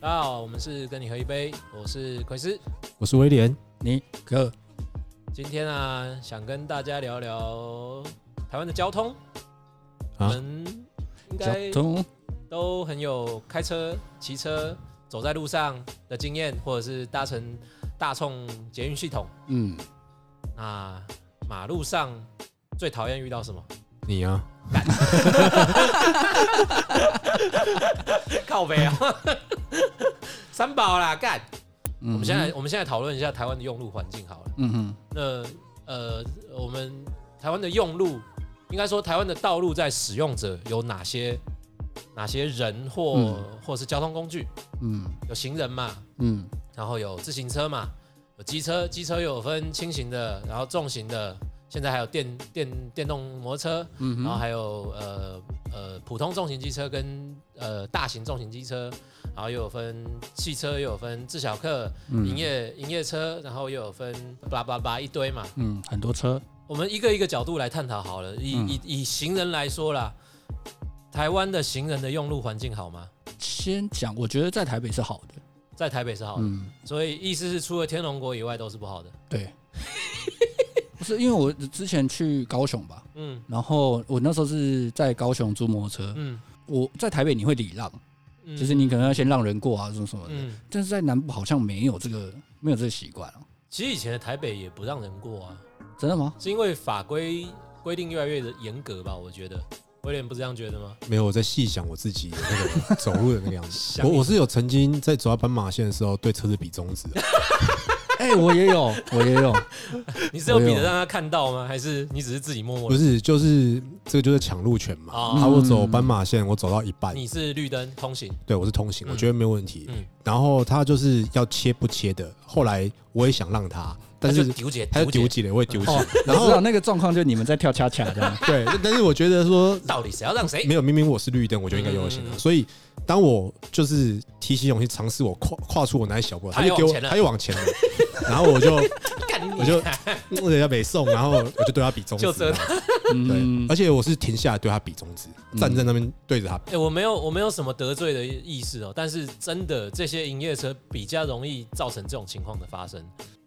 大家好，我们是跟你喝一杯，我是奎斯。我是威廉。你可今天啊，想跟大家聊聊台湾的交通。我啊们应交该通都很有开车、骑车、走在路上的经验，或者是搭乘大众捷运系统。嗯，那马路上最讨厌遇到什么？你啊， 靠北啊，三宝啦，干！我我们现在我们现在讨论一下台湾的用路环境好了。嗯哼那呃，我们台湾的用路，应该说台湾的道路在使用者有哪些哪些人或、嗯或是交通工具？嗯有行人嘛，嗯然后有自行车嘛，有机车，机车又有分轻型的，然后重型的，现在还有电电电动摩托车，嗯哼然后还有呃呃普通重型机车跟呃大型重型机车，然后又有分汽车，又有分自小客、嗯嗯营业营业车，然后又有分叭叭叭一堆嘛。嗯，很多车，我们一个一个角度来探讨好了，以、嗯以以行人来说啦，台湾的行人的用路环境好吗？先讲，我觉得在台北是好的，在台北是好的，嗯，所以意思是除了天龙国以外都是不好的。对，不是因为我之前去高雄吧，嗯然后我那时候是在高雄租摩托车，嗯，我在台北你会礼让，嗯就是你可能要先让人过啊，什么什么的，嗯，但是在南部好像没有这个没有这个习惯哦，其实以前的台北也不让人过啊，真的吗？是因为法规规定越来越严格吧？我觉得威廉不是这样觉得 吗？没有我在细想我自己的那个走路的那个样子。 想我我是有曾经在走到斑马线的时候对车子比中指的，哎、我也有，我 也有，你是有比我的有让他看到吗？还是你只是自己默默不的？是就是这个就是抢路权嘛。哦他我走斑马线，我走到一半，你是绿灯通行，对我是通行，嗯我觉得没有问题嗯。然后他就是要切不切的，后来我也想让他，但他是就纠结，他就纠丢结，啊起了，我也丢起哦来。，然 我知道后那个状况就是你们在跳恰恰这 样，对，但是我觉得说到底谁要让谁？没有，明明我是绿灯，我就应该优先嗯啊。所以当我就是提起勇气尝试我跨跨出我那一小步，他他又就给我往前了他又往前了，然后我就干你 我就我人家北送，然后我就对他比中指就折啊，对，嗯而且我是停下来对他比中指，站在那边对着他比。哎、我没有，我没有什么得罪的意思哦，但是真的，这些营业车比较容易造成这种情况的发生。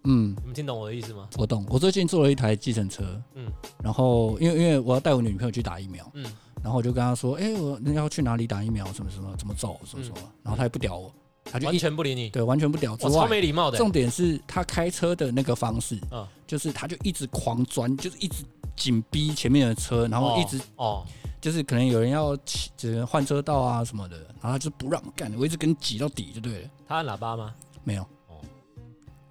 嗯，你们听懂我的意思吗？我懂。我最近坐了一台计程车，嗯嗯，然后因为因为我要带我女朋友去打疫苗，嗯嗯，然后我就跟她说，哎、我那要去哪里打疫苗，什么什么，怎么走，什么什么，然后她也不屌我，她就嗯完一全不理你，对完全不屌之我超外，没礼貌的、重点是她开车的那个方式，嗯嗯，就是她就一直狂钻，就是一直紧逼前面的车，然后一直哦，就是可能有人要骑，只能换车道啊什么的，然后她就不让我干，我一直跟你挤到底就对了，哦他按喇叭吗？没有，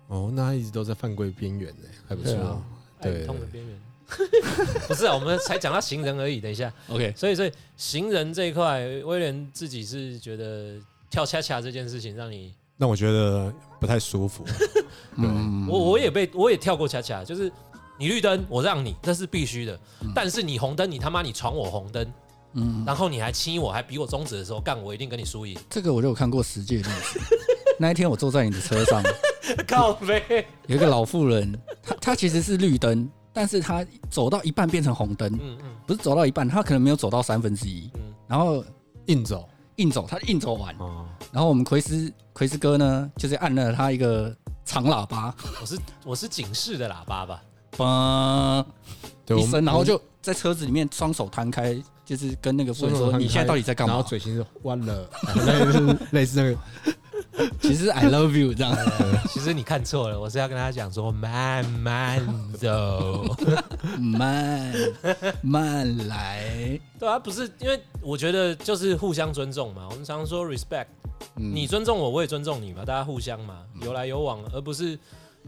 哦，那他一直都在犯规边缘呢，还不对错啊。对爱痛的边缘。 不是啊，我们才讲到行人而已。等一下， ，OK，所以所以行人这一块，威廉自己是觉得跳恰恰这件事情让你，那我觉得不太舒服。嗯，我我也被我也跳过恰恰，就是你绿灯我让你，这是必须的，嗯但是你红灯你他妈你闯我红灯，嗯，然后你还亲我，还比我中指的时候，干我一定跟你输赢。这个我就有看过实际的例子。 那一天我坐在你的车上， 靠背，有一个老妇人，她她其实是绿灯，但是她走到一半变成红灯，嗯嗯不是走到一半，她可能没有走到三分之一，嗯，然后硬走硬走，她硬走完，哦，然后我们奎斯奎斯哥呢，就是按了他一个长喇叭，我是我是警示的喇叭吧？嘣对，一我们声，然后就在车子里面双手摊开，就是跟那个妇人双手说：“摊开你现在到底在干然后嘛嘴型是弯了， 类似类似那个，？” 其实是 I love you 这样， 其实你看错了，我是要跟他讲说慢慢走。慢慢来， 对啊，不是因为我觉得就是互相尊重嘛。我们常说 respect，、嗯你尊重我，我也尊重你嘛，大家互相嘛，有来有往，而不是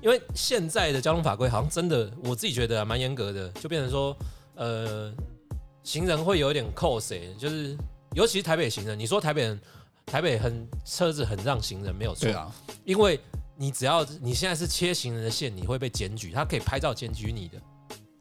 因为现在的交通法规好像真的，我自己觉得啊蛮严格的，就变成说，呃，行人会有一点扣谁，就是尤其是台北行人，你说台北人，台北很车子很让行人没有错对，啊，因为你只要你现在是切行人的线，你会被检举，他可以拍照检举你的。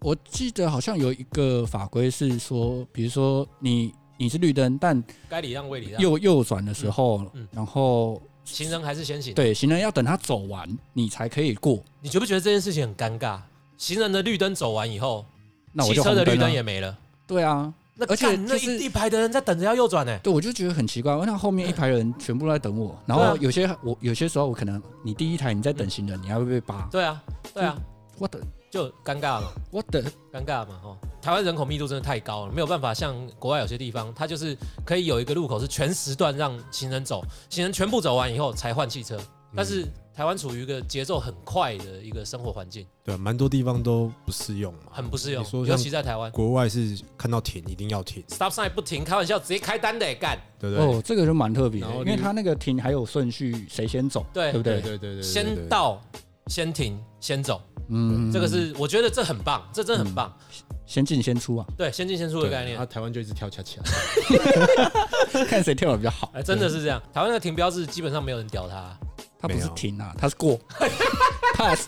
我记得好像有一个法规是说，比如说你你是绿灯，但该礼让未礼让，右右转的时候，啊嗯嗯然后行人还是先行。对行人要等他走完，你才可以过。你觉不觉得这件事情很尴尬？行人的绿灯走完以后，那我骑就车的红绿啊灯也没了，对啊，那而且干那就是一一排的人在等着要右转呢，对，我就觉得很奇怪，那后面一排人全部都在等我，然后对啊有些我有些时候我可能你第一台你在等行人，你还会被扒。对啊，对啊，我的就尴尬嘛，我的尴尬嘛，哦，台湾人口密度真的太高了，没有办法像国外有些地方，它就是可以有一个路口是全时段让行人走，行人全部走完以后才换汽车， 但嗯是台湾处于一个节奏很快的一个生活环境，对啊，蛮多地方都不适用嘛。很不适用你，说尤像其在台湾国外是看到停一定要停， ，stop sign 不停，开玩笑，直接开单的干，对不对？哦，这个就蛮特别的，然后因你为他那个停还有顺序，谁先走，对对不对？对对先。到先停先走，嗯，这个是我觉得这很棒，这真的很棒，先进 先出啊，对，先进先出的概念。啊台湾就一直跳恰恰，看谁跳的比较好。哎，真的是这样。台湾那个停标志基本上没有人屌他。他不没是有停啊，他是 过 pass。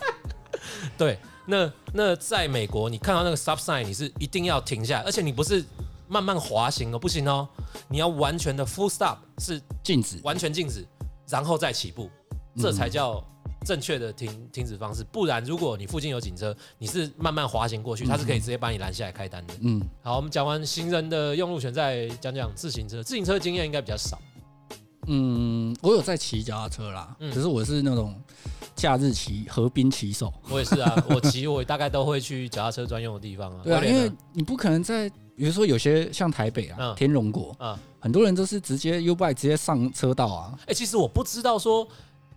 对，那那在美国，你看到那个 stop sign，你是一定要停下来，而且你不是慢慢滑行哦，不行哦，你要完全的 full stop，是禁止。完全禁止，然后再起步，这嗯才叫正确的停停止方式。不然，如果你附近有警车，你是慢慢滑行过去，它是可以直接把你拦下来开单的。嗯，好，我们讲完行人的用路权，再讲讲自行车。自行车的经验应该比较少。嗯，我有在骑脚踏车啦，嗯可是我是那种假日骑河滨骑手。我也是 啊，我骑我大概都会去脚踏车专用的地方啊。对啊，花因莲为你不可能在，比如说有些像台北啊嗯、天龙国嗯啊，很多人都是直接 U bike 直接上车道啊。哎、其实我不知道说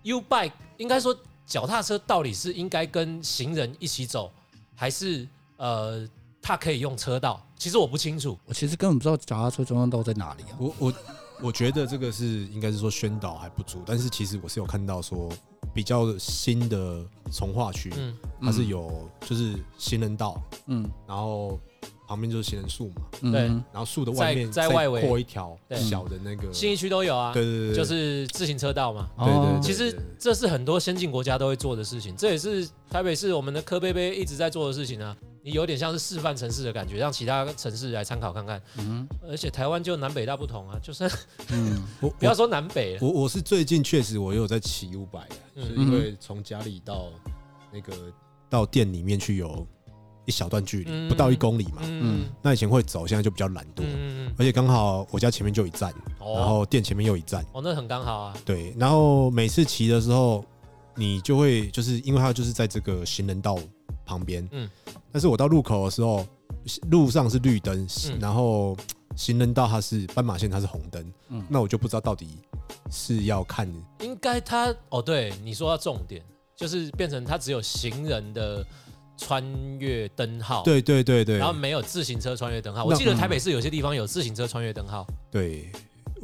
U bike 应该说脚踏车到底是应该跟行人一起走，还是呃它可以用车道？其实我不清楚。我其实根本不知道脚踏车中央道在哪里啊。我我我觉得这个是应该是说宣导还不足，但是其实我是有看到说比较新的从化区，嗯，它是有就是行人道，嗯然后旁边就是行人树嘛，嗯，对嗯然后树的外面在在外围扩一条对小的那个，新一区都有啊，对对对，就是自行车道嘛。对对哦对其实这是很多先进国家都会做的事情，这也是台北市我们的科贝贝一直在做的事情啊。你有点像是示范城市的感觉，让其他城市来参考看看。嗯而且台湾就南北大不同啊，就是 嗯，我不要说南北了，我我是最近确实我有在骑 U 百，啊嗯是因为从家里到那个到店里面去有一小段距嗯离，不到一公里嘛。嗯那以前会走，现在就比较懒惰，嗯嗯，而且刚好我家前面就有一站，啊然哦后店前面又有一站，哦，那很刚好啊，对。然后每次骑的时候，你就会就是因为它就是在这个行人道旁边，嗯嗯。但是我到路口的时候，路上是绿灯，嗯然后行人道它是斑马线，它是红灯，嗯那我就不知道到底是要看应该它哦，对你说到重点，就是变成它只有行人的穿越灯号，，对对对对，然后没有自行车穿越灯号。那我记得台北市有些地方有自行车穿越灯号，对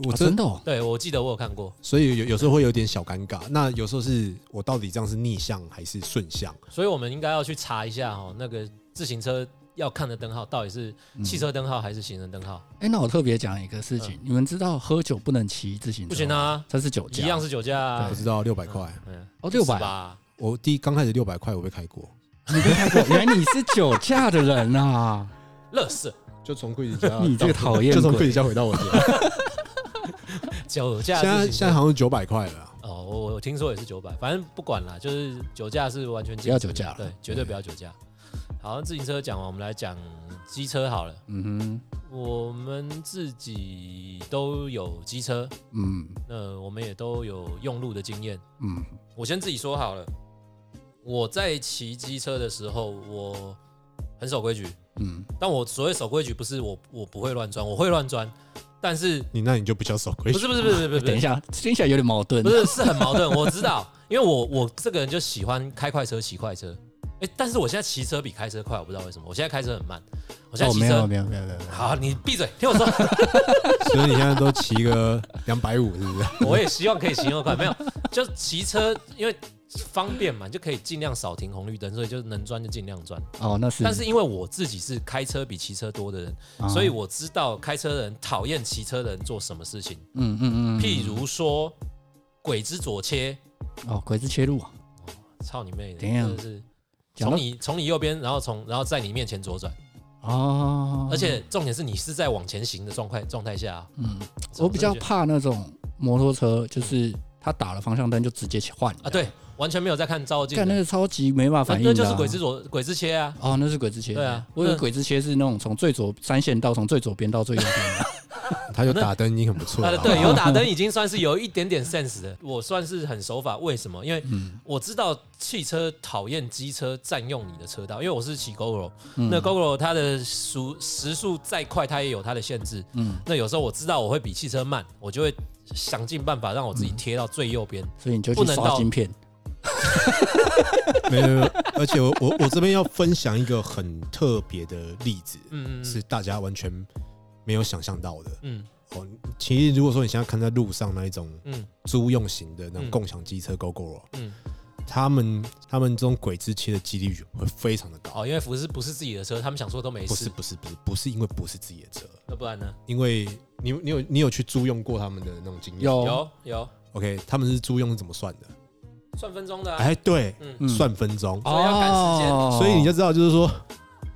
我我真真的哦，对我记得我有看过所以有有时候会有点小尴尬。那有时候是我到底这样是逆向还是顺向？所以我们应该要去查一下哦，那个自行车要看的灯号到底是汽车灯号还是行人灯号？哎，嗯那我特别讲一个事情，你们知道喝酒不能骑自行车？不行，啊，这是酒驾，一样是酒驾啊不，知道六百块，嗯，哦，六是百。吧，我第一刚开始六百块我被开过，你被看过？ 原来你是酒驾的人啊！乐死就从柜子家 你这个讨厌就从鬼贵！家回到我家。酒驾现自行车，在现在好像九百块了啊，哦，我我听说也是九百，反正不管啦，就是酒驾是完全禁止不要酒驾了对，绝对不要酒驾。好，自行车讲完，我们来讲机车好了。嗯我们自己都有机车，哼，嗯那我们也都有用路的经验。嗯我先自己说好了，我在骑机车的时候，我很守规矩，嗯，但我所谓守规矩，不是我我不会乱钻，我会乱钻，但是你那你就不叫守规不矩。是不是不是不是不是，等一下，听起来有点矛盾不。哦是，是很矛盾。我知道，因为我我这个人就喜欢开快车、骑快车。哎、但是我现在骑车比开车快，我不知道为什么。我现在开车很慢，我现在哦，骑没车、有没有没有没有，没有好，你闭嘴，听我说。所以你现在都骑个两百五，是 不是？我也希望可以骑那么快，没有，就骑车，因为方便嘛，就可以尽量少停红绿灯，所以就能钻就尽量钻。哦，那是，但是因为我自己是开车比骑车多的人，啊所以我知道开车的人讨厌骑车的人做什么事情，嗯嗯嗯，譬如说鬼之左切，哦，鬼子切入啊，操你妹的，怎样真的是。讲到从你从你右边，然后从然后在你面前左转，哦，而且重点是你是在往前行的状态状态下啊、嗯，所以我比较真的觉怕那种摩托车，就是他打了方向灯就直接换啊，对，完全没有在看照镜看那的，个超级没办法反反应的啊、正就是鬼之左鬼之切啊，哦，那是鬼之切。对啊我以为那鬼之切是那种从最左三线道从最左边到最右边的。 他有打灯已经很不错啊了。，对， 有打灯已经算是有一点点 sense 的，我算是很守法。为什么？因为嗯我知道汽车讨厌机车占用你的车道，因为我是骑 GoGo，、那嗯 GoGo 它的速时速再快，它也有它的限制。嗯，那有时候我知道我会比汽车慢，我就会想尽办法让我自己贴到最右边。所以你就不去能刷到晶片。没有没有，没有而且我我我这边要分享一个很特别的例子，嗯嗯是大家完全没有想象到的。嗯哦，其实如果说你现在看在路上那一种嗯租用型的那种嗯共享机车 GoGo，嗯，他们他们这种鬼之切的几率会非常的高。哦，因为不是不是自己的车，他们想说都没不是事，不是不是不是因为不是自己的车，那不然呢？因为你有你有你有去租用过他们的那种经验？有有有 OK 他们是租用是怎么算的？算分钟的、啊，哎，对，嗯算分钟，所以要赶时间哦所以你就知道，就是说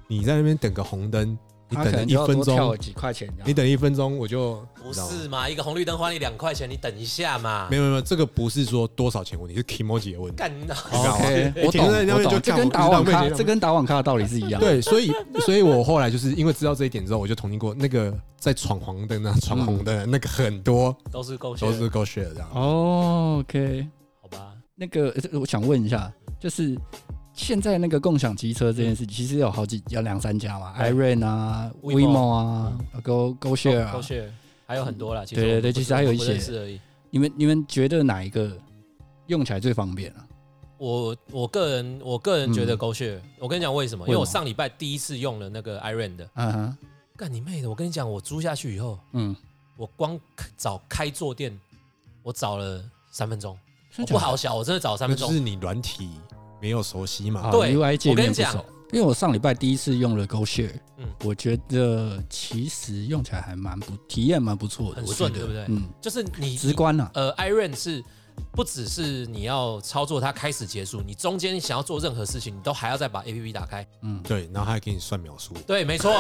你在那边等个红灯，你他等可能了一就要分多跳钟了，几块钱这样。你等一分钟我就不是嘛？一个红绿灯花你两块钱，你等一下嘛没。有没有，没有这个不是说多少钱问题，是 emoji 的 问题。干你老师哎 OK，我停懂，在那我边就懂，这看跟我打知道网妹咖，姐这跟打网咖的道理是一样。，对，所以所以我后来就是因为知道这一点之后，我就同意过那个在闯黄灯啊、闯红灯、啊、那个很多都是够都凶，是 go share 这样。哦，OK，好吧？那个呃我想问一下，就是现在那个共享机车这件事，其实有好几有两三家嘛对，Iron 啊 Waymo 嗯，WeMo 啊，Go Go Share 啊狗，血还有很多啦。其实对对对我们不其实还有一我些们不认识而已。你们你们觉得哪一个用起来最方便啊？我我个人我个人觉得狗血，我跟你讲为什么？因为嗯为我什么上礼拜第一次用了那个 Iron 的，嗯哼，干你妹的！我跟你讲，我租下去以后，嗯，我光找开坐垫，我找了三分钟，真的不假的好小，我真的找了三那分就钟。是你软体没有熟悉嘛？啊对，UI 界我跟面你不讲熟。因为我上礼拜第一次用了 GoShare，嗯我觉得其实用起来还蛮不，体验蛮不错的，很我觉顺得对不对嗯，就是你直观啊，呃，Iron 是不只是你要操作它开始结束，你中间想要做任何事情，你都还要再把 APP 打开。嗯，对，然后还给你算秒数。对，没 错，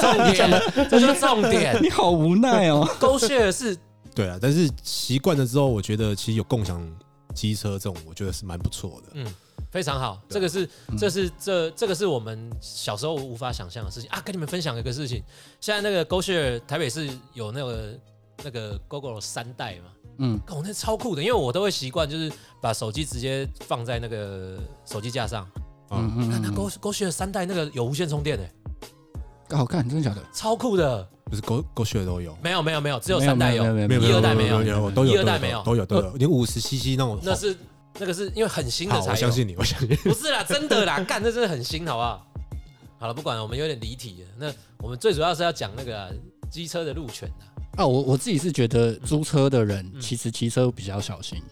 重点，这就是重点。你好无奈哦， Go Share 是对啊，但是习惯了之后，我觉得其实有共享机车这种，我觉得是蛮不错的。嗯，非常好，啊对这个是嗯这是这这个是我们小时候无法想象的事情啊！跟你们分享一个事情，现在那个 GoShare 台北市有那个那个 GoGo 三代嘛，嗯，哦，那超酷的，因为我都会习惯就是把手机直接放在那个手机架上。啊嗯嗯，嗯看那嗯 Go GoShare 三代那个有无线充电的，好看，真的假的？超酷的。不是 go go share 都有，没有没有没有，只有没三代有，没有没有一二代没有有有都有一二代没有都有都有，连五十 cc 那种那是那个是因为很新的好，才我有相信你，我相信你。不是啦，真的啦，干，这真的很新，好不好？好了，不管了，我们有点离题了。那我们最主要是要讲那个啊机、车的路权啊，啊，我我自己是觉得租车的人嗯其实骑车比较小心，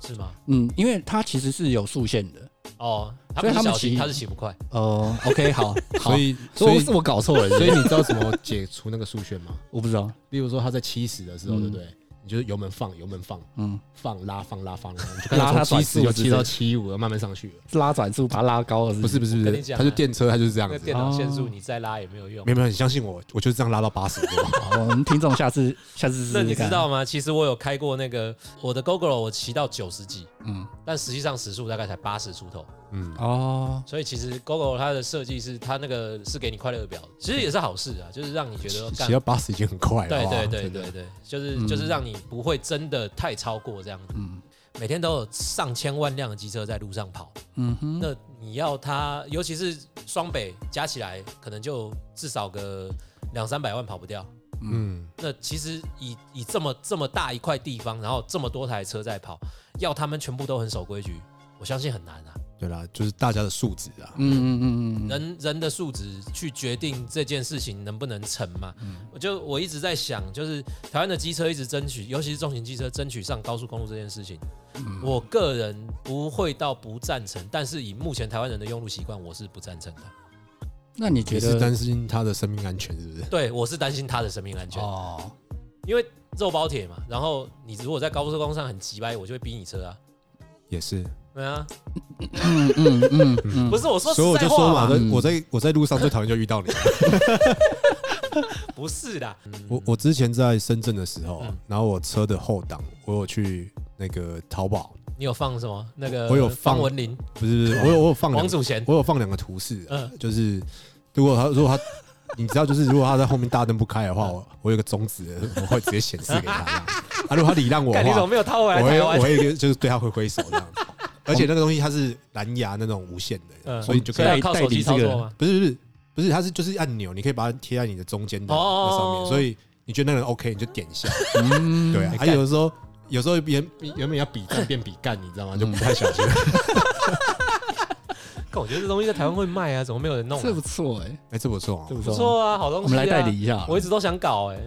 是吗？嗯，因为它其实是有速限的。哦，他所以不他是们小心，骑他是骑不快。 哦，OK，好，好所， 以所所以以是我搞错了，所所以以你知道怎么解除那个速限吗？我不知道，例如说他在七十的时候，嗯对不对？你就是油门放，油门放，嗯，放拉放拉 放，拉你就拉看它他从转七速十有是骑不到是七五，慢慢上去了。拉转速把它拉高了，不是不是不我跟你是，讲啊他就电车，他就是这样那子啊电。脑限哦速你再拉也没有用没。有没有，你相信我，我就是这样拉到八十。好我们听众下次下次试那试你知看道吗？其实我有开过那个我的 GoGo，我骑到九十几，嗯，但实际上时速大概才八十出头。嗯，哦，所以其实 GoGo 它的设计是它那个是给你快乐表的，其实也是好事啊，就是让你觉得 干骑到八十已经很快了。对好不好对对哦真的对对，就是、嗯就是让你不会真的太超过这样子。嗯每天都有上千万辆的机车在路上跑，嗯哼，那你要它，尤其是双北加起来，可能就至少个两三百万跑不掉。嗯，那其实以以这么这么大一块地方，然后这么多台车在跑，要他们全部都很守规矩，我相信很难啊。对啦，就是大家的素质啊嗯。嗯嗯嗯嗯，人人的素质去决定这件事情能不能成嘛？嗯我就我一直在想，就是台湾的机车一直争取，尤其是重型机车争取上高速公路这件事情，嗯我个人不会到不赞成，但是以目前台湾人的用路习惯，我是不赞成的。嗯那你你觉是得担心他的生命安全是不是？对我是担心他的生命安全，哦，因为肉包铁嘛。然后你如果在高速公路上很急掰，我就会逼你车啊。也是，对啊，嗯嗯嗯 嗯，不是我说所以我实就在说话嘛，嘛，我我在我在路上最讨厌就遇到你。啊 不是啦，我我之前在深圳的时候啊嗯，然后我车的后挡，我有去那个淘宝，你有放什么？那个我有方放文琳、不是不是，我有我有放两嗯王个，祖贤，我有放两个图示啊、嗯就是如果他如果他。你知道，就是如果他在后面大灯不开的话，我我有个中指，我会直接显示给他。这样啊，如果他礼让我的看你怎话么，没有套回来我会台湾我？会就是对他挥挥手这样。 而且那个东西它是蓝牙那种无线的， 嗯所以你就可所要以靠手机操作吗？不是不是不是，它是就是按钮，你可以把它贴在你的中间的哦那上哦哦面，所以你觉得那个人 OK，你就点一 下。嗯，对啊，还有的时候有时候原原本要比干变比干，你知道吗？就嗯不太小 心。看我觉得这东西在台湾会卖啊，怎么没有人弄啊？这不错哎，哎这不错啊这，不不错。错啊，好东西。我们来代理，一下。我一我直都想搞 哎。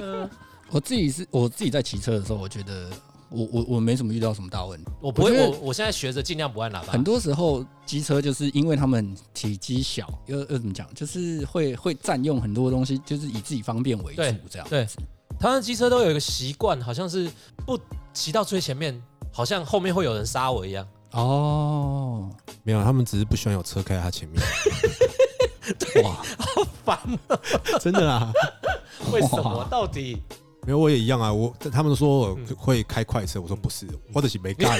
嗯，我自己是我自己在骑车的时候，我觉得我我我没什么遇到什么大问题。我不会，我觉得我我现在学着尽量不按喇叭很。多时候机车就是因为他们体积小，又又怎么讲，就是会会占用很多东西，就是以自己方便为主对这样。对，台湾的机车都有一个习惯，好像是不骑到最前面，好像后面会有人杀我一样。哦，没有，他们只是不喜欢有车开在他前面，哇，烦， 真的啊啦。为什么？到 底没有，我也一样啊。我他们说我嗯，会开快车，我说不是，我只是 没干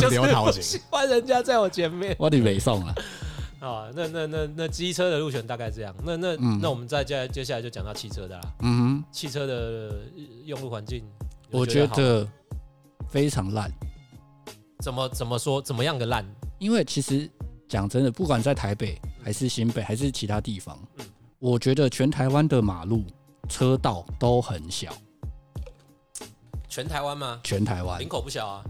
就是聊不套喜情。欢人家在我前面？我得 北送了。啊，那那那那机车的路选大概这样。那那、嗯那我们再接接下来就讲到汽车的啦。嗯哼，汽车的呃用路环境，我觉觉好得非常烂，怎么怎么说怎么样个烂？因为其实讲真的，不管在台北还是新北还是其他地方，嗯我觉得全台湾的马路车道都很小，全台湾吗？全台湾林，口不小啊，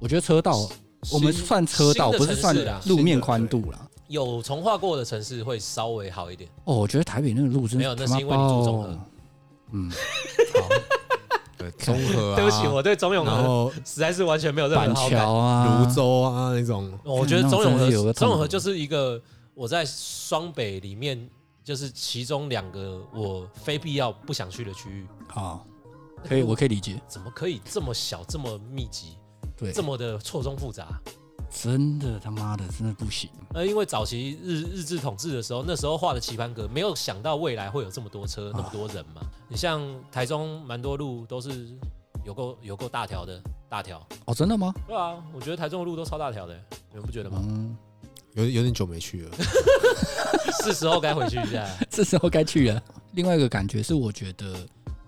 我觉得车道我们算车道，新的不是算城市啦路面宽度啦。有重化过的城市会稍微好一点。哦，我觉得台北那个路真的没有那是他妈因为你住爆中和嗯，对，综合啊，对不起，我对总永和然后实在是完全没有任板何好感。桥啊，泸州啊那种，我觉得总永那我真的是有和个总痛苦永和就是一个我在双北里面，就是其中两个我非必要不想去的区域。好，哎可以，我可以理解。怎么可以这么小、这么密集、对，这么的错综复杂？真的他妈的真的不行。呃，因为早期日日治统治的时候，那时候画的棋盘格，没有想到未来会有这么多车、那么多人嘛。你像台中蛮多路都是有够有够大条的，大条。哦，真的吗？对啊，我觉得台中的路都超大条的，你们不觉得 吗？嗯，有有点久没去了。是时候该回去一下。这时候该去了。另外一个感觉是，我觉得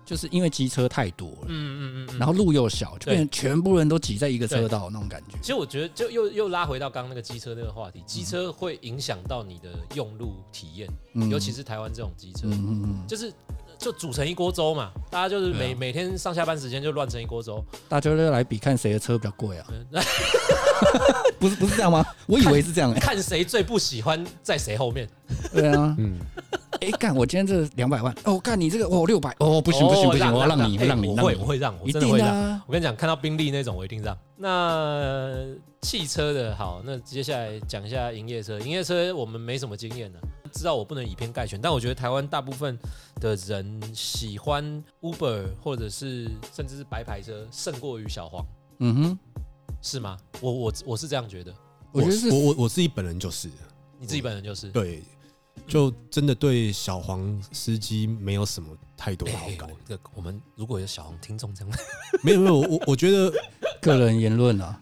就是因为机车太多了，嗯嗯嗯嗯。然后路又小，就变成全部人都挤在一个车道那种感觉。其实我觉得，就又又拉回到刚刚那个机车那个话题，机车会影响到你的用路体验，嗯尤其是台湾这种机车。嗯嗯嗯，就是就煮成一锅粥嘛，大家就是每、对啊每天上下班时间就乱成一锅粥。大家都来比看谁的车比较贵啊？ 嗯不是不是这样吗？ 我以为是这样 哎、看谁最不喜欢在谁后面。对啊，嗯，哎干，我今天这两百万，哦干你这个哦六百，哦不行哦不行不行，让我要让让你哎让你我让会你我，会让，我一真的定会的让。啊，我跟你讲，看到宾利那种我一定让。那汽车的好，那接下来讲一下营业车。营业车我们没什么经验的、知道我不能以偏概全，但我觉得台湾大部分的人喜欢 Uber 或者是甚至是白牌车，胜过于小黄，嗯哼，是吗？我我我是这样觉得，我觉得是我我我自己本人就是，你自己本人就是。对，就真的对小黄司机没有什么太多好感哎。这个我们如果有小红听众这样，没有没有，我我我觉 得，个人言论啊，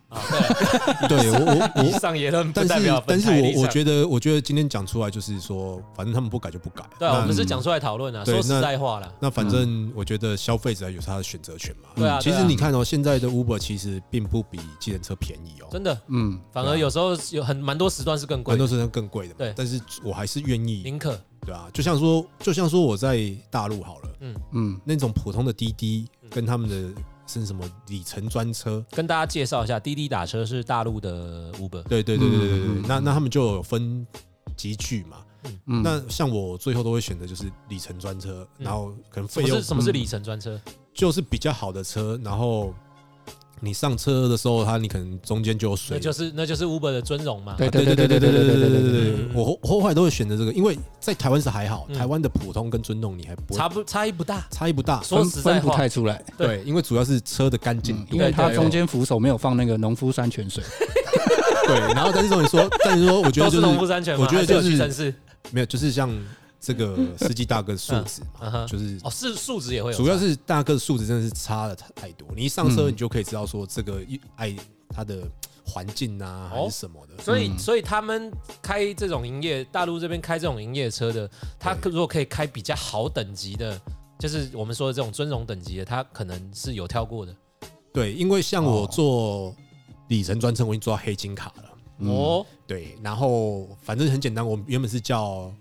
对我我以我，上言论不但代表是本但是台立我场我觉得，我觉得今天讲出来就是说，反正他们不改就不改。对啊，我们那嗯是讲出来讨论啊，对说实在话啦，那反正我觉得消费者有他的选择权嘛。对啊其对实啊你看哦，现在的 Uber 其实并不比计程车便宜哦，真的，嗯，反而有时候有很蛮多时段是更贵很的。多车上更贵的嘛。对但是我还是愿意，林可，对啊，就像说，就像说我在大陆好了，嗯，那种普通的滴滴嗯跟他们的是什么里程专车，跟大家介绍一下，滴滴打车是大陆的 Uber，对对对对对对对嗯嗯嗯那那他们就有分集聚嘛。嗯那像我最后都会选择就是里程专车，嗯然后可能什费么用嗯是什么是里程专车？就是比较好的车，然后你上车的时候，它你可能中间就那有水。就是那就是 Uber 的尊荣嘛。对对对对对对对对对对对对对对对对对对，嗯我后后来都会选择这个，因为在台湾是还好，嗯台湾的普通跟尊重你还不会差不差异不大，差异不大，说分实在分不话，太出来，对对，因为主要是车的干净嗯度，因为它对对中间扶手没有放那个农夫山泉水，对，然后但是说你说，但是说我觉都得就是农夫是山泉嘛，我觉得还是有就是屈臣氏没有，就是像这个司机大哥的素质嗯嘛，哼就是哦，是素质也会有差，主要是大哥的素质真的是差的太多。你一上车，嗯你就可以知道说这个一爱他的环境啊，还哦是什么的。所以嗯所以他们开这种营业，大陆这边开这种营业车的，他对如果可以开比较好等级的，就是我们说的这种尊荣等级的，他可能是有跳过的。对，因为像我哦做里程专车，我已经做到黑金卡了。嗯哦，对，然后反正很简单，我原本是叫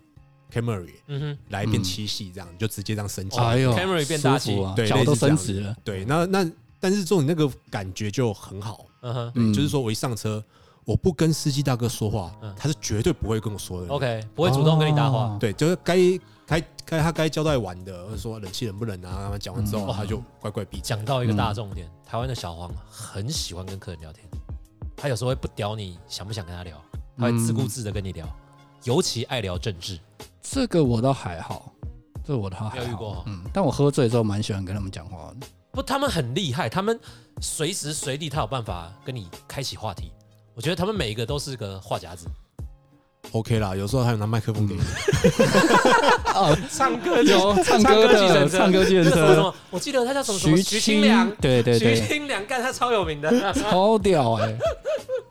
Camry 嗯来变嗯七系，这样、你就直接这样升哦级。哎呦 Camry 变大气舒服啊对脚都伸直了，对，那那但是这种那个感觉就很好，哼，嗯哼对，就是说我一上车，我不跟司机大哥说话，嗯他是绝对不会跟我说的。 ，OK，不会主动跟你搭话哦。对，就是该该该他该交代完的，或者说冷气冷不冷啊，讲完之后嗯他就乖乖闭嘴讲。到一个大重点，台湾的小黄很喜欢跟客人聊天，他有时候会不屌你想不想跟他聊，他会自顾自的跟你聊，尤其爱聊政治。这个我倒还好，这个我倒还没有遇过好哦。嗯，但我喝醉之后蛮喜欢跟他们讲话的。不，他们很厉害，他们随时随地他有办法跟你开启话题。我觉得他们每一个都是个话匣子， OK 啦，有时候还有拿麦克风给你。嗯唱歌 有唱歌歌计程的，车唱歌计程那个什么什车，么，我记得他叫什么什么徐徐清良，对对徐对，清良，干他超有名的。超屌 哎！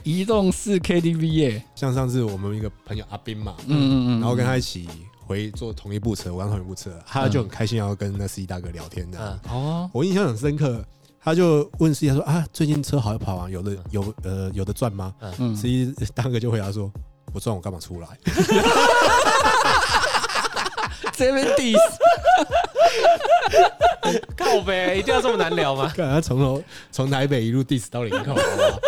移动式 KTV 耶， 像上次我们一个朋友阿斌嘛，嗯嗯嗯，然后跟他一起回坐同一部车，我刚同一部车，他就很开心要跟那司机大哥聊天这样。嗯哦，我印象很深刻，他就问司机他说啊，最近车好跑啊，有嗯的有呃有的赚吗？嗯司，机大哥就回答说。不赚我干嘛出来？？这边 diss 靠呗，一定要这么难聊吗看他从头从台北一路 diss 到林口，好不好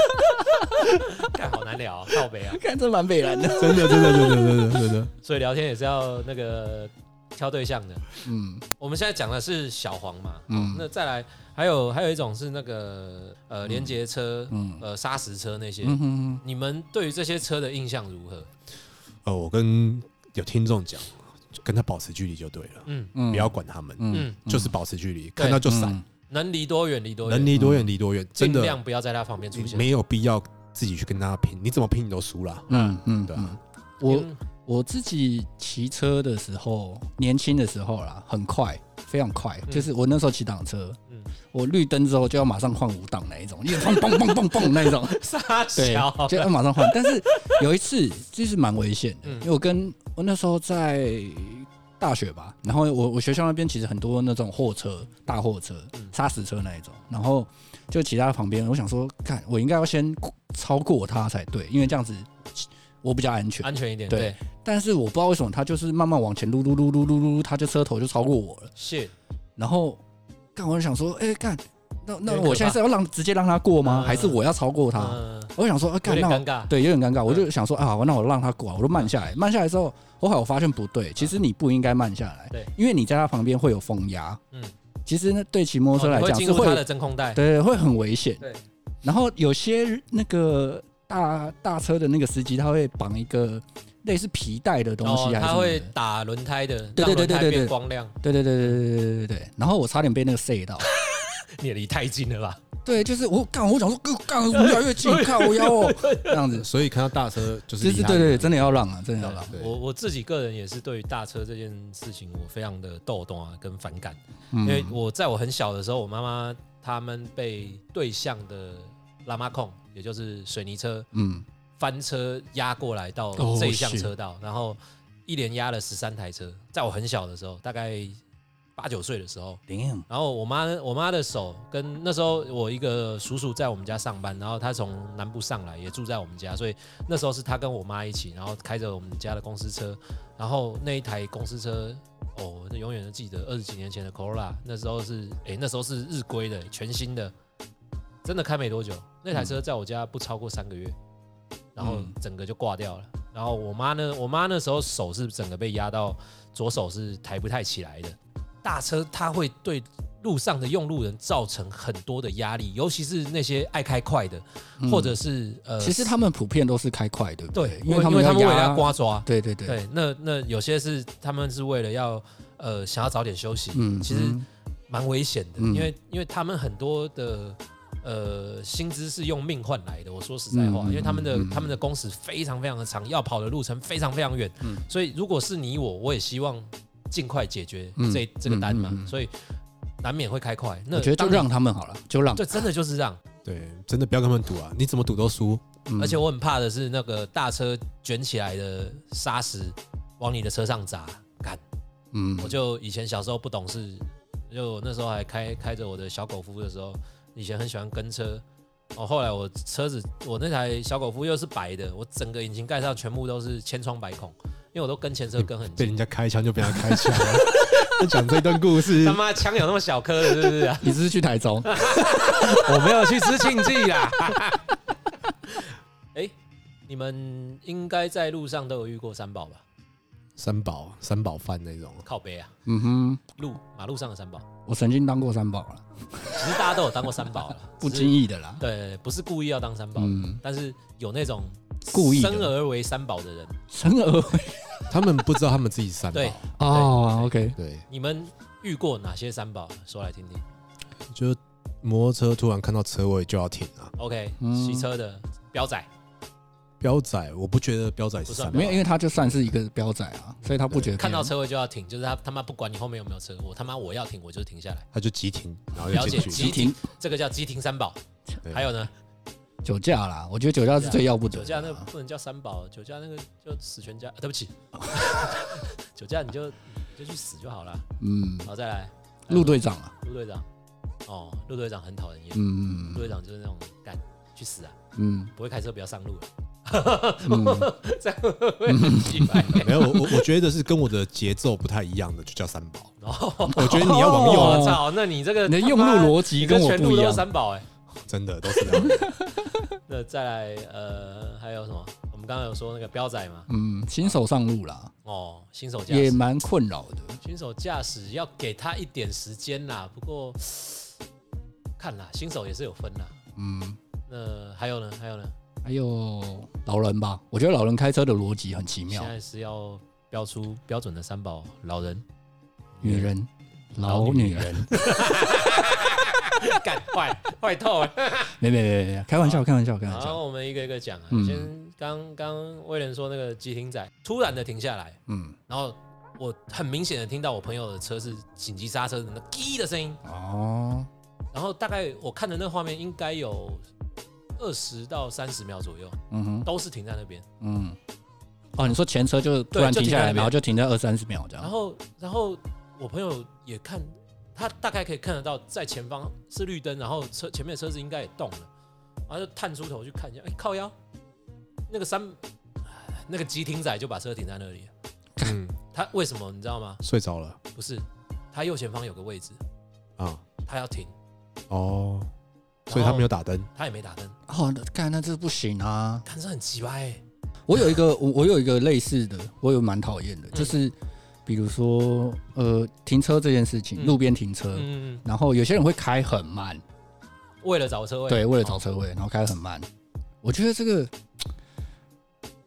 干好难聊、啊，靠呗啊！ 看这蛮北蓝的，真的真的真的真的真的。所以聊天也是要那个挑对象的。嗯我们现在讲的是小黄嘛，哦嗯那再来还有还有一种是那个呃连接车、嗯呃砂石车那些。嗯嗯，你们对于这些车的印象如何？呃，我跟有听众讲，就跟他保持距离就对了，嗯嗯不要管他们，嗯，就是保持距离，看到就闪，能离多远离多远，能离多远离多远，真嗯尽的量不要在他旁边出现。没有必要自己去跟他拼，你怎么拼你都输啦。嗯嗯对嗯啊，我嗯我自己骑车的时候，年轻的时候啦，很快，非常快，嗯就是我那时候骑挡车，嗯我绿灯之后就要马上换五档那一种，一直放 蹦蹦蹦蹦那一种，傻对小，，就要马上换。但是有一次就是蛮危险的，嗯因为我跟我那时候在大学吧，然后我我学校那边其实很多那种货车，大货车、嗯砂石车那一种，然后就骑在他旁边，我想说，看我应该要先超过他才对，因为这样子我比较安全。安全一点。对对，但是我不知道为什么他就是慢慢往前撸撸撸撸撸撸，他就车头就超过我了。是然后干，我就想说，哎、干，那有那点可我现在怕是要让直接让他过吗？嗯还是我要超过他？嗯，我就想说，啊，有干，点那我尴尬。对有点尴尬，我就想说啊，那我让他嗯过啊，我就慢下来。慢下来之后，我好，我发现不对，其实你不应该慢下来，对因为你在他旁边会有风压，嗯嗯，其实呢，对骑摩托车哦来你会讲进是入会他的真空带。对，会很危险。对，然后有些那个大大车的那个司机，他会绑一个类似皮带的东西，还是什哦他么会的打轮胎的，对对对让轮对胎对对变光亮。对对对对对对对对对。然后我差点被那个塞到。你也离太近了吧？对，就是我干，我想说，呃干，我越来越近，看我 腰哦，这样嗯子。所以看到大车就就是是厉害对对，的真的要让啊，真的要让。对我我自己个人也是对于大车这件事情，我非常的逗动啊，跟反感。因为嗯我在我很小的时候，我妈妈他们被对向的拉马控，也就是水泥车嗯，翻车压过来到哦这一项是车道，然后一连压了十三台车。在我很小的时候，大概八九岁的时候， damn，然后我妈我妈的手跟那时候我一个叔叔在我们家上班，然后他从南部上来，也住在我们家，所以那时候是他跟我妈一起，然后开着我们家的公司车，然后那一台公司车，哦，我永远都记得二十几年前的 Corolla，那时候是诶，那时候是日规的，全新的，真的开没多久，那台车在我家不超过三个月，然后嗯整个就挂掉了。然后我妈呢，我妈那时候手是整个被压到，左手是抬不太起来的。大车它会对路上的用路人造成很多的压力，尤其是那些爱开快的，嗯或者是呃，其实他们普遍都是开快，对不对，因因为为他因们为他要们为了压要刮抓，对对对，对，那那有些是他们是为了要呃想要早点休息，嗯，其实嗯蛮危险的，嗯因为因为他们很多的呃，薪资是用命换来的。我说实在话，嗯嗯因为他们的、嗯嗯他们的工时非常非常的长，要跑的路程非常非常远，嗯所以如果是你我，我也希望尽快解决嗯这、这个单嘛，嗯嗯嗯所以难免会开快。那我觉得就当你让他们好了，就让。对，真的就是让。对，真的不要跟他们赌啊，你怎么赌都输。嗯而且我很怕的是那个大车卷起来的砂石往你的车上砸，干！嗯？我就以前小时候不懂事，就我那时候还开开着我的小狗夫的时候，以前很喜欢跟车。哦，后来我车子，我那台小狗夫又是白的，我整个引擎盖上全部都是千疮百孔，因为我都跟前车跟很被近。人家开枪就被他 开枪了。在讲这段故事他，妈枪有那么小颗的，是不是啊你只是去台 中，我没有去吃庆记 啦。哎、你们应该在路上都有遇过三宝吧？三宝三宝饭那种，靠背啊，嗯哼，路马路上的三宝，我曾经当过三宝了，其实大家都有当过三 宝了，不只是经意的啦。对，不是故意要当三宝，嗯，但是有那种故意的生而为三宝的人，生而 他们不知道他们自己三宝。对哦，OK，对，你们遇过哪些三宝？说来听听。就摩托车突然看到车位就要停啊。 OK，嗯骑车的彪仔，标仔，我不觉得标仔是三不啊宝算没有，因为他就算是一个标仔啊，所以他不觉得看到别人车位就要停，就是他他妈不管你后面有没有车，我他妈我要停，我就停下来。他就急停，然后了就解进去。急急停停，这个叫急停三宝。对还有呢，酒驾啦，我觉得酒驾是最要不得酒的驾啦。那个不能叫三宝，酒驾那个就死全家。啊对不起， 酒驾你就你就去死就好了。嗯，好，再来陆队长啊，陆队长，哦，陆队长很讨人厌。嗯陆队长就是那种干去死啊，嗯不会开车不要上路了，嗯， 这样会很奇 怪。没有，我我我觉得是跟我的节奏不太一样的，就叫三宝。 哦，我觉得你要往右，啊我操，那你这个哦你的用路逻辑你跟这我全不路一都是样。三宝哎。真的都是这样。那再来呃，还有什么？我们刚刚有说那个彪仔嘛，嗯，新手上路啦，哦，新手驾也驶，蛮困扰的。新手驾驶要给他一点时间啦。不过看啦，新手也是有分啦。嗯，那还有呢？还有呢？还有老人吧，我觉得老人开车的逻辑很奇现妙。在是要标出标准的三宝：老人、女人，老老女女人， 干坏坏透了。没没没没，开玩笑，开玩笑，开玩然笑。后我们一个一个讲啊，嗯先刚刚威廉说那个急停仔突然的停下来，嗯，然后我很明显的听到我朋友的车是紧急刹车的那“滴”的声音，哦，然后大概我看的那画面应该有二十到三十秒左右，嗯哼，都是停在那边。嗯，哦，你说前车就突然对就停停在下那来，边然后就停在二三十秒这样。然后，然后我朋友也看，他大概可以看得到，在前方是绿灯，然后车前面的车子应该也动了，然后就探出头去看一下，哎、靠腰，那个三，唉那个急停仔就把车停在那里。嗯， 他为什么你知道吗？睡着了不是，他右前方有个位置，啊、他要停，哦，所以他没有打灯。他也没打灯，哦，那干那这不行啊！看这很奇怪、欸。 我有一个，我我有一个类似的，我有蛮讨厌的，就是比如说呃，停车这件事情，嗯路边停车，嗯，然后有些人会开很慢，为了找车位，哦对，为了找车位，然后开很慢。我觉得这个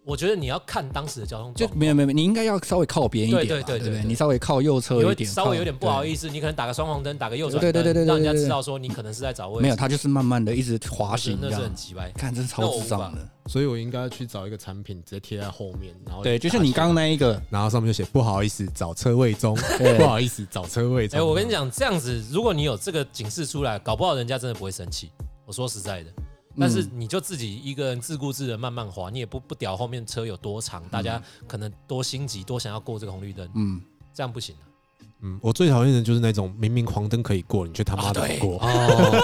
我觉得你要看当时的交通就状况，没有没有，没有你应该要稍微靠边一点吧，对对对哦对不对对你稍微靠右你侧一会点，稍微有点不好思。意思，你可能打个双黄灯，打个右转对对对对灯，对让人家对对知道说你可能是在找位置。没有，他就是慢慢的一直滑行那这是样很。奇怪。看，这是超智障的。哦所以我应该去找一个产品，直接贴在后面，然后对，就像你刚刚那一个，然后上面就写不好意思，找车位中，对不好意思，找车位哎、中。我跟你讲，这样子，如果你有这个警示出来，搞不好人家真的不会生气。我说实在的，但是你就自己一个人自顾自的慢慢滑，你也不不屌后面车有多长，大家可能多心急，多想要过这个红绿灯，嗯，这样不行啊。嗯，我最讨厌的就是那种明明黄灯可以过，你却他妈的啊对不过。哦，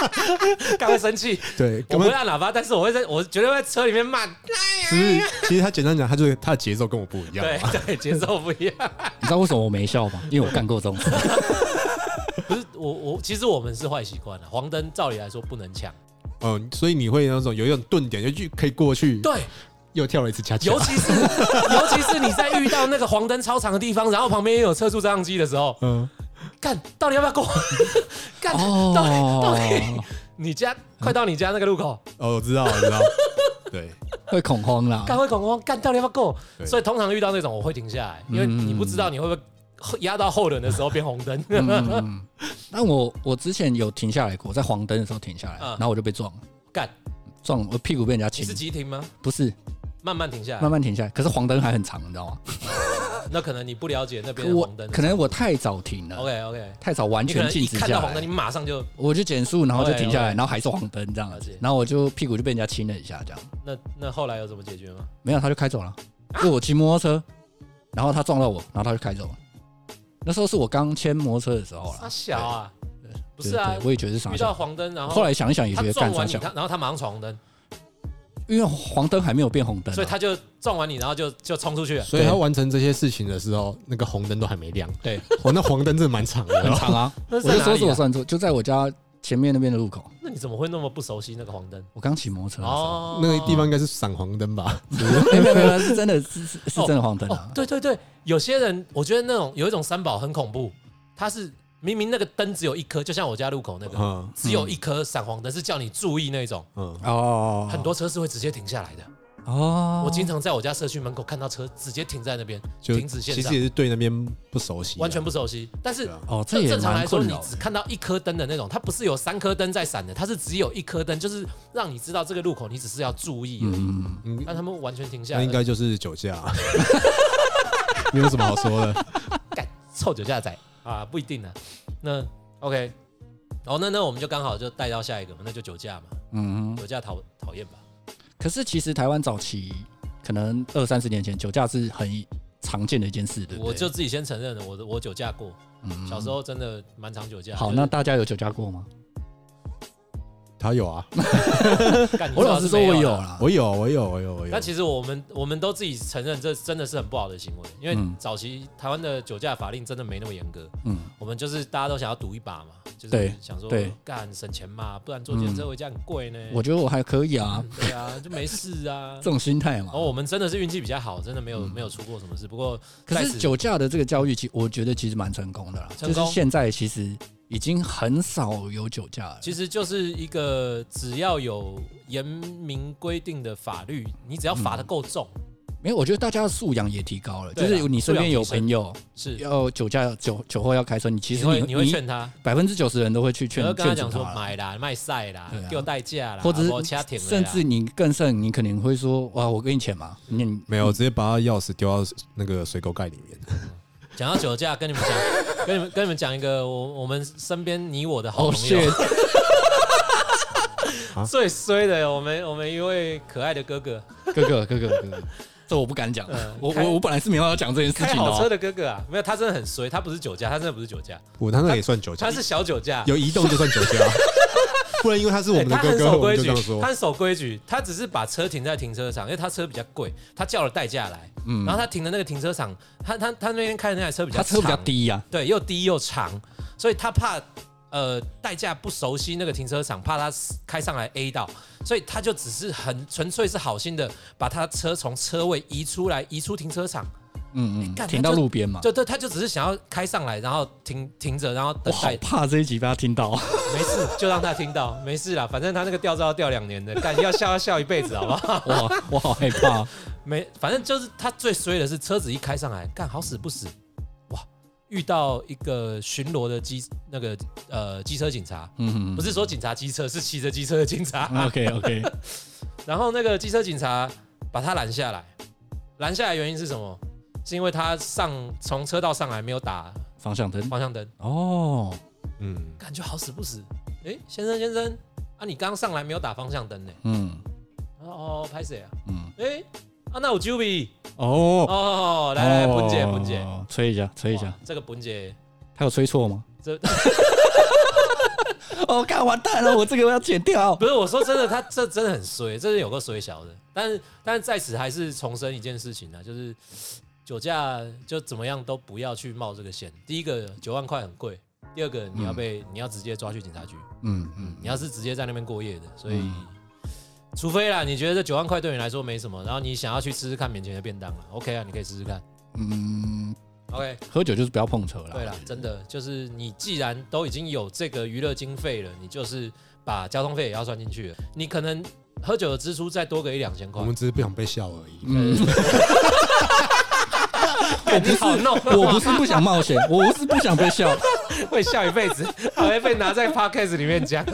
刚会生气，对，哦我根不会本按喇叭，但是我会在，我绝对会在车里面骂。其实其实他简单讲，他就是他的节奏跟我不一样对嘛。对， 节奏不一样。你知道为什么我没笑 吗？因为我干过这种事。不是我我，其实我们是坏习惯了。啊黄灯照理来说不能抢， 嗯，所以你会那种有一种顿点，就去可以过去，对，又跳了一次恰恰 尤。其是尤其是你在遇到那个黄灯超长的地方，然后旁边也有测速照相机的时候，嗯，干到底要不要过？ 干、到底到底哦，你家快到你家那个路口，嗯哦，我知道，我 知道。对，会恐慌啦。干会恐慌，干到底要不要过？对所以通常遇到那种我会停下来，因为嗯你不知道你会不会压到后轮的时候变红灯。 嗯，但我我之前有停下来过，在黄灯的时候停下来，嗯然后我就被撞了， 干，撞我屁股被人家你亲是，嗯急停吗？不是慢慢停下来，慢慢停下来，可是黄灯还很长，你知道吗？那可能你不了解那边的我红灯。可能我太早停了， OK OK，太早完你可全能禁一止看下到红灯，来你，马上就我就减速，然后就 OK，OK 停下来，然后还是黄灯这样了解子，然后我就屁股就被人家亲了一下，这样那那后来有怎么解决吗？没有他就开走了，因为我骑摩托车，然后他撞到我，然后他就开走了。那时候是我刚牵摩托车的时候傻了，小啊，不对是啊对，，我也觉得是傻遇笑到。黄灯，然后后来想一想也觉他得撞干完傻你，笑，他然后他马上闯红灯，因为黄灯还没有变红灯啊，所以他就撞完你，然后就就冲出去了。所以他完成这些事情的时候，那个红灯都还没亮。对，哦我那黄灯真的蛮长的很哦。长啊。那我是在就哪说是里我啊？算错，就在我家前面那边的路口。那你怎么会那么不熟悉那个黄灯？我刚骑摩托车的时候， 哦，那个地方应该是闪黄灯吧？没有没有没有，是真的是是是真的黄灯哦啊，。对对对，有些人我觉得那种有一种三宝很恐怖，他是明明那个灯只有一颗，就像我家路口那个，嗯只有一颗闪黄灯，是叫你注意那种。嗯，哦，很多车是会直接停下来的，哦，我经常在我家社区门口看到车直接停在那边，就停止线其上实也是对那边不熟悉啊，完全不熟悉。但是对啊哦，这正也正常来蛮说，困你扰的。只看到一颗灯的那种，它不是有三颗灯在闪的，它是只有一颗灯，就是让你知道这个路口你只是要注意而已。嗯，嗯，但他们完全停下那来，应该就是酒驾 啊，没有什么好说的。干臭酒驾仔啊，不一定啊。那 OK，哦，那那我们就刚好就带到下一个嘛，那就酒驾嘛，嗯，酒驾讨讨厌吧。可是其实台湾早期可能二三十年前，酒驾是很常见的一件事，对不对？嗯我就自己先承认了，我我酒驾过，小时候真的蛮常酒驾。好，就是那大家有酒驾过吗？他有啊，干你我最好老实是说，没我有啊有啦。啦。我有，啊我有，我有，我有但。其实我们我们都自己承认，这真的是很不好的行为，因为嗯早期台湾的酒驾法令真的没那么严格，嗯，我们就是大家都想要赌一把嘛，就是对想说对嗯干省钱嘛，不然坐电车回家很贵呢。我觉得我还可以哎啊，嗯 对啊，就没事啊 这。种心态嘛然。后我们真的是运气比较好，真的没有没有出过什么事。不过嗯可在是此酒驾的这个教育，其我觉得其实蛮成功的啦。成功就是现在其实已经很少有酒驾了。其实就是一个只要有严明规定的法律，你只要罚嗯的够重，没有，我觉得大家的素养也提高了。对就啦是你身边有素养朋友是要酒驾、酒酒后要开车，你其你实会你你会劝他，百分之九十人都会去你劝会跟他劝阻讲说啦买啦、卖晒啦对、啊给我代驾啦，或者我掐是停了啦，甚至你更甚，你可能会说哇，我给你钱嘛，你没有，直接把他钥匙丢到那个水沟盖里面。讲到酒驾，跟你们讲，跟你们跟你们讲一个我我们身边你我的好哦朋 s 友 h 最衰的，我们我们一位可爱的哥哥，哥哥哥哥哥哥，这我不敢讲嗯，我开我我本来是没有要讲这件事开情的好车哦，的哥哥啊，没有他真的很衰，他不是酒驾，他真的不是酒驾，我他那个也算酒驾他，是小酒驾。有移动就算酒 驾，不然因为他是我对们的哎他哥很哥，守我们规就矩这样，说他。很守规矩，他只是把车停在停车场，因为他车比较贵，他叫了代驾来，嗯然后他停的那个停车场，他他他那边开的那台车比较他车比较长低呀，对，又低又长，所以他怕呃代驾不熟悉那个停车场，怕他开上来 A 到，所以他就只是很纯粹是好心的把他车从车位移出来，移出停车场。嗯哎干嗯，停到他就路边嘛，就对，他就只是想要开上来，然后停停着，然后我等好待，怕这一集被他听到， 没事就让他听到，没事啦，反正他那个吊照要吊两年的，干要笑要笑一辈子，好不好？ 我好我好害怕，没，反正就是他最衰的是车子一开上来，干好死不死，哇，遇到一个巡逻的机那个呃机车警察，嗯嗯嗯不是说警察机车，是骑着机车的警察。 ，OK OK，然后那个机车警察把他拦下来，拦下来原因是什么？是因为他上从车道上来没有打方向灯方向灯，哦，嗯，感觉好死不死。诶，先生先生，啊你刚上来没有打方向灯呢、嗯他说哦，拍谁啊？嗯，诶，啊那我 Juby 哦，哦，来来，哦本姐本姐，哦，吹一下吹一下哇，这个本姐他有吹错吗？这 哦，看完蛋了，我这个我要剪掉不。是我说真的，他这真的很衰，这是有个衰小的。但是但是在此还是重申一件事情啊，就是酒驾就怎么样都不要去冒这个险。第一个九万块很贵，第二个你要被、你要直接抓去警察局，嗯嗯，你要是直接在那边过夜的，所以。嗯除非啦，你觉得这九万块对你来说没什么，然后你想要去吃吃看免钱的便当了，OK 啊，你可以试试看。嗯， OK，喝酒就是不要碰车啦。对啦，真的就是你既然都已经有这个娱乐经费了，你就是把交通费也要算进去了。你可能喝酒的支出再多个一两千块我，们只是不想被笑而已。嗯，肯定好弄。 我不是不想冒险，我不是不想被笑，会笑一辈 子，还会被拿在 podcast 里面讲，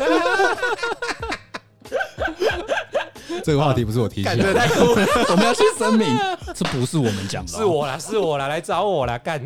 这个话题不是我 提感起 来觉的，太酷了。我们要去 声明，这不是我们讲的哦，是我啦，是我啦，来找我啦，干！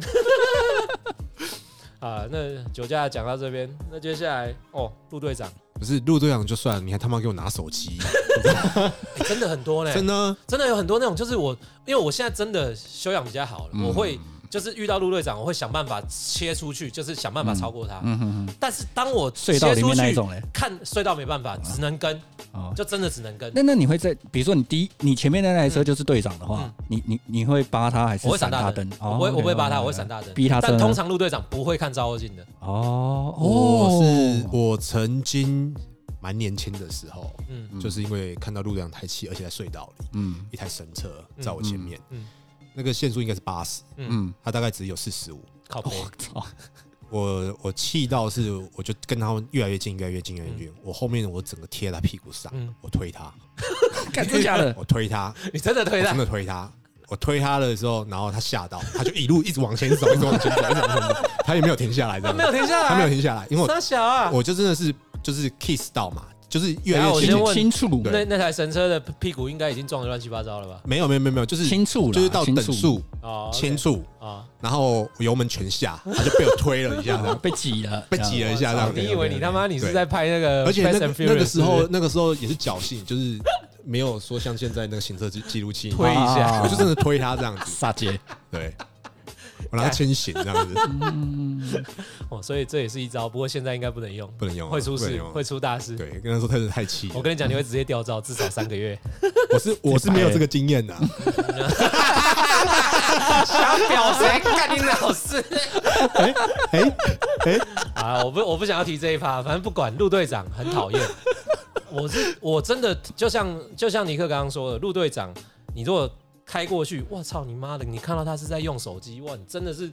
啊，那酒驾讲到这边，那接下来哦，陆队长、不是陆队长就算，你还他妈给我拿 手机，欸真的很多呢，真的啊真的有很多那种，就是我，因为我现在真的修养比较好了，我会嗯就是遇到陆队长，我会想办法切出去，就是想办法超过他。嗯哼哼，但是当我切隧道里出面那一去，种嘞，看隧道没办法，只能跟，哦。就真的只能跟。那那你会在，比如说你第一，你前面那台车就是队长的话，你你你会扒他还嗯是我会闪闪大灯灯？，哦我不会， ，OK，我不会扒 OK，他， OK，我会闪大灯，逼他但车通常陆队长不会看照后镜的，哦我哦是，我曾经蛮年轻的时候，嗯嗯就是因为看到陆队长抬气，而且在隧道里，嗯一台神车在我前面，嗯嗯那个限速应该是八十，嗯，他大概只有四十五。靠背，操，我我气到是，我就跟他们越来越近，越来越近，越来越近。我后面我整个贴在他屁股上，嗯我推他，干真假的？我推他， 你真的 推我他真，哦的推他。我推他的时候，然后他吓到，他就一路一直往前走，一直往前走，一直往前走，他也没有停下来，这他样没有停下来，他没有停下来，因为我傻小啊！我就真的是就是 kiss 到嘛，就是越来等下我越近先问轻触，那那台神车的屁股应该已经撞得乱七八糟了吧？没有没有没有没有，就是轻触啦就是到轻等触速 哦，千速，啊，然后油门全下，他就被我推了一下，这样被挤了，被挤了一下这样。哦啊你以为你他妈你是对在拍那个 Fast and Furious？而且那个那个时是候不是那个时候也是侥幸，就是没有说像现在那个行车记记录器，啊推一啊下我就真的推他这样子， 撒杰， 对，我让他清醒这样子，哦，所以这也是一招，不过现在应该不能用，不能用啊，会出不能事，用啊会出大事。对，跟他说他是太气了我，跟你讲，你会直接掉照，至少三个月。我是我是没有这个经验的啊，想 表谁干你老师？哎哎哎，啊，我不我不想要提这一趴，反正不管，陆队长很讨厌。 我是我真的就像就像尼克刚刚说的，陆队长，你如果开过去，我操你妈的！你看到他是在用手机，哇，你真的是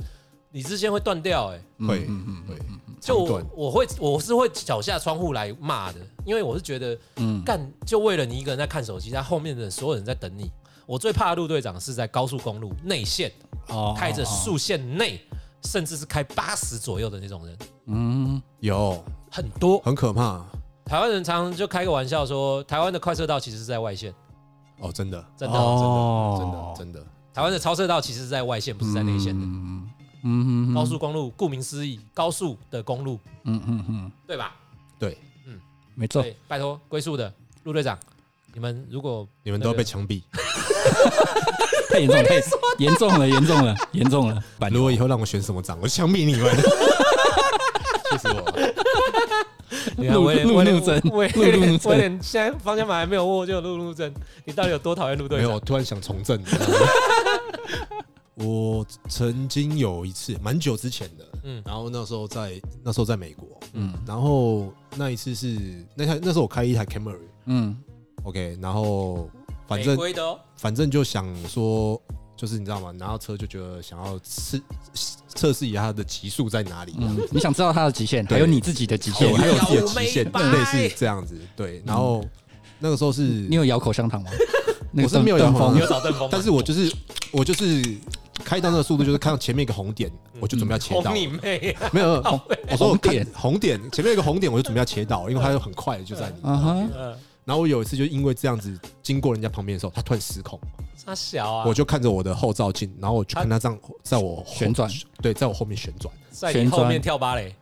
你之前会断掉哎、会嗯嗯会，就长我短我会我是会脚下窗户来骂的，因为我是觉得嗯，干就为了你一个人在看手机，但后面的所有人在等你。我最怕的陆队长是在高速公路内线哦开着，速线内，甚至是开八十左右的那种人，嗯，有很多。很可怕台湾人常常就开个玩笑说，台湾的快车道其实是在外线，哦，真的真的，哦真的的真的，台湾的超车道其实是在外线，不是在内线的。嗯嗯高速，公路，顾名思义，高速的公路，嗯嗯嗯，对吧？对，没错，对，拜托，龟速的陆队长，你们如果你们都那个被枪毙。太严重，太严重了，严重了，严重了，板如果以后让我选什么长，我就枪毙你 们！气死我 了！ 你看路啊威廉路威廉路真威路路廉 真威廉现在方向盘还没有握，就有路路症，你到底有多讨厌陆队没有，长？我突然想从政。我曾经有一次，蛮久之前的，嗯嗯，然后那时候在那时候在美国，嗯嗯，然后那一次是那台那时候我开一台 Camry，OK，、嗯 OK，然后反违正规的哦，反正就想说，就是你知道吗？拿到车就觉得想要试测试一下它的极速在哪里，这样嗯，你想知道他的极限，还有你自己的极限对，，还有自己的摇尾极限，巴类似这样子。对，然后那个时候是，你有咬口香糖吗？那个我是没有摇邓口峰香糖你有找邓峰吗？啊但是我就是我就是开到那个速度，就是看到前面一个红点，我就准备 要嗯切到哄。你妹 啊！没有，没有我说我红看点红点，前面有一个红点，我就准备要切到，因为它就很快就在你。啊哈，嗯，然后我有一次就因为这样子经过人家旁边的时候，他突然失控，他小啊，我就看着我的后照镜，然后我就看他这样在我后啊旋转，对，在我后面旋转，在你后面跳芭蕾，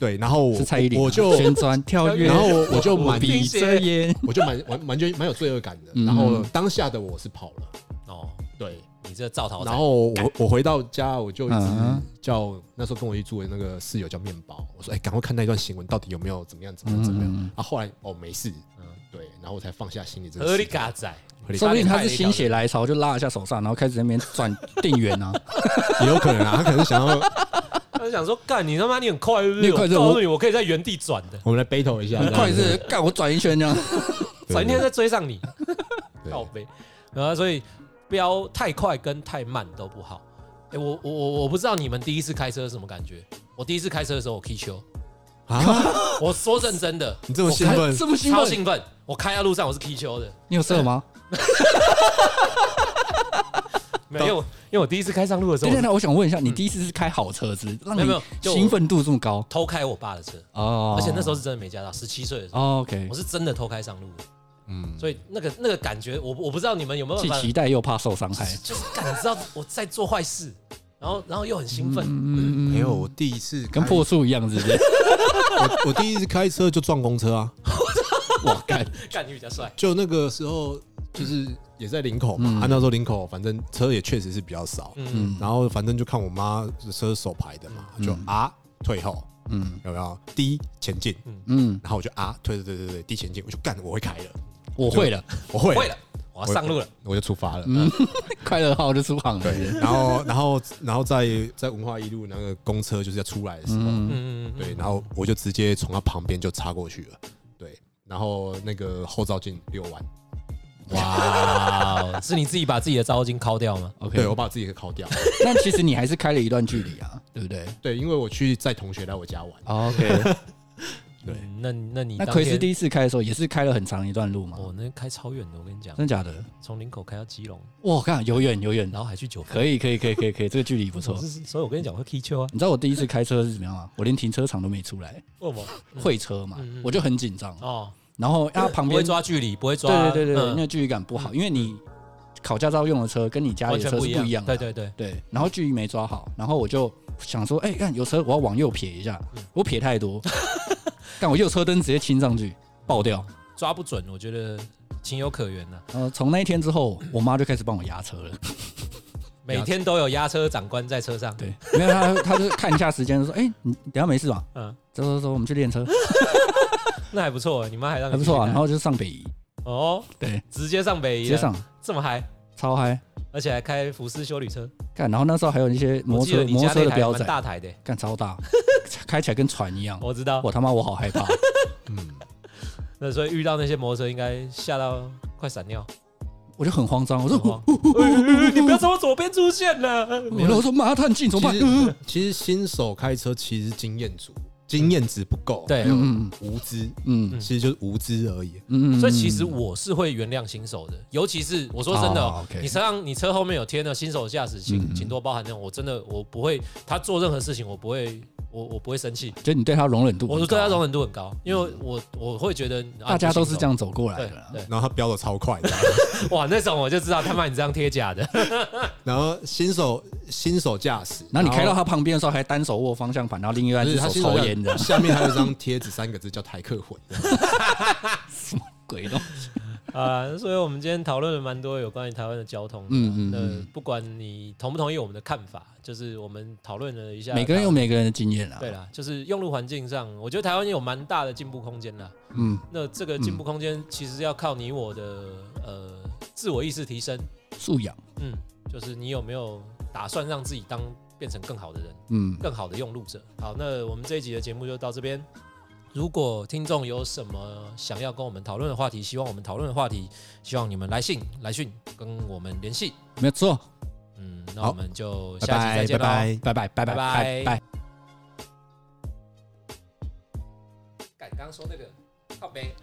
对，然后我是蔡依林啊，我就旋转跳跃，然后我我就我蛮比闭着眼，我就蛮蛮蛮就蛮有罪恶感的。嗯然后当下的我是跑了，哦，对，你这造逃仔然后我我回到家，我就一直嗯叫那时候跟我一起住的那个室友叫面包，我说：“哎、赶快看那段新闻，到底有没有怎么样怎么样怎么样嗯？”啊，后来哦没事，嗯对，然后我才放下心里这个合事理情。嘎仔，合理说不定他是心血来潮就拉一下手上，然后开始在那边转定圆啊，也 有可能啊，他可能想要他就想说，干你他妈你很快乐，你很快我乐告诉我你，我可以在原地转的，我们来 battle 一下，很快是干我转一圈这样，转一天再追上你，对靠背。然后所以飙太快跟太慢都不好。哎，我我我我不知道你们第一次开车是什么感觉。我第一次开车的时候，我 K 球，啊， 我说认真的，你这么兴奋，这么兴超奋，兴奋！我开到路上我是踢球的，你有射吗？没有，因为我因为我第一次开上路的时对哎候，对我对，我想问一下，你第一次是开好车子，让没有没你有就我兴奋度这么高偷开我爸的车，哦？而且那时候是真的没驾照，十七岁的时候，哦，OK，我是真的偷开上路的，嗯，所以那个那个感觉，我我不知道你们有没有既办法期待又怕受伤害。就是感知到我在做坏事，然后然后又很兴奋，嗯没有，我第一次跟开破处一样，是不是？我我第一次开车就撞公车啊，我干， 干你比较帅，就那个时候就是也在林口嗯嘛，啊那时候林口反正车也确实是比较少，嗯，然后反正就看我妈车手牌的嘛，就嗯啊退后嗯有没有低前进，嗯，然后我就啊退对对对对低前进，我就干我会开了， 我会 了，我会会了，我要上路了，我就出发了。嗯快乐号就出航了。对，然后然后然后在在文化一路那个公车就是要出来的时候，嗯，嗯嗯嗯，对，然后我就直接从他旁边就插过去了，对，然后那个后照镜溜完， 哇，是你自己把自己的照镜敲掉吗？ ，OK 对。我把自己给烤掉，那其实你还是开了一段距离啊，对不对对，因为我去载同学来我家玩，哦？OK。对 嗯，那那你那当奎斯天第一次开的时候也是开了很长一段路嘛？哦，那开超远的，我跟你讲，真假的？从林口开到基隆，哇，看有远有远，然后还去九份，可以可以可以可以可以，这个距离不错嗯我。是所以我跟你讲，我会 K 球啊，你知道我第一次开车是怎么样吗？我连停车场都没出来，为什么？会车嘛嗯嗯，我就很紧张。 哦，然后啊，旁不会边抓距离，不会抓，对对对对，嗯那个距离感不好，因为你考驾照用的车跟你家完里的全车是不一一样的对对啊。对，对，然后距离没抓好，然后我就想说，哎、看有车，我要往右撇一下，嗯我撇太多， 但我右车灯直接亲上去，爆掉。抓不准，我觉得情有可原呐、啊呃，从那一天之后，我妈就开始帮我压车 了。每天都有压车长官在车上，对，没有她，她就是看一下时间，就说，哎、你你等一下没事吧？嗯，走走走，我们去练车，那还不错，你妈还让你还不错啊。去看然后就上北宜，哦，对，直接上北直移，接上，这么嗨，超嗨。而且还开福斯修理车，干，然后那时候还有一些摩我托记得车，你摩家托车那的台标哦蛮仔，大台的，干超大， 开起来跟船一样。我知道，我他妈我好害怕，那所以遇到那些摩托车应该吓到快闪 尿，我就很慌张，我说，好不好哎你不要从我左边出现啊了，我我说妈探镜怎么其办？嗯实其实新手开车其实经验足，经验值不够，对还有嗯无知，嗯嗯其实就是无知而已。嗯，所以其实我是会原谅新手的，尤其是我说真的哦、哦，OK 你车上你车后面有贴那新手驾驶，请、嗯请多包涵那种。我真的我不会，他做任何事情我不会，我我不会生气，就你对他容忍度很高，啊嗯我对他容忍度很高，因为我我会觉得、啊大家都是这。你样走过来新手的啦。啊对然后他飙的超快的，对，哇，那种我就知道他妈你这样贴假 的，然后新手新手驾驶，然后你开到他旁边的时候，还单手握方向盘，然后另一不只是他手新手抽驾烟的， 下面还有一张贴纸，三个字叫台客混。鬼东西。啊、所以我们今天讨论了蛮多有关于台湾的交通的。啊嗯嗯嗯，那不管你同不同意我们的看法，就是我们讨论了一下，每个人有每个人的经验啊。啊对啦，就是用路环境上，我觉得台湾有蛮大的进步空间啦。嗯，那这个进步空间其实要靠你我的呃自我意识提升，素养，嗯，就是你有没有打算让自己当变成更好的人，嗯，更好的用路者。好，那我们这一集的节目就到这边。如果听众有什么想要跟我们讨论的话题，希望我们讨论的话题，希望你们来信来讯跟我们联系。没错。嗯，那好我们就拜下期再见拜拜喽。拜拜。拜拜拜哎拜拜拜拜。干刚刚说那个靠背。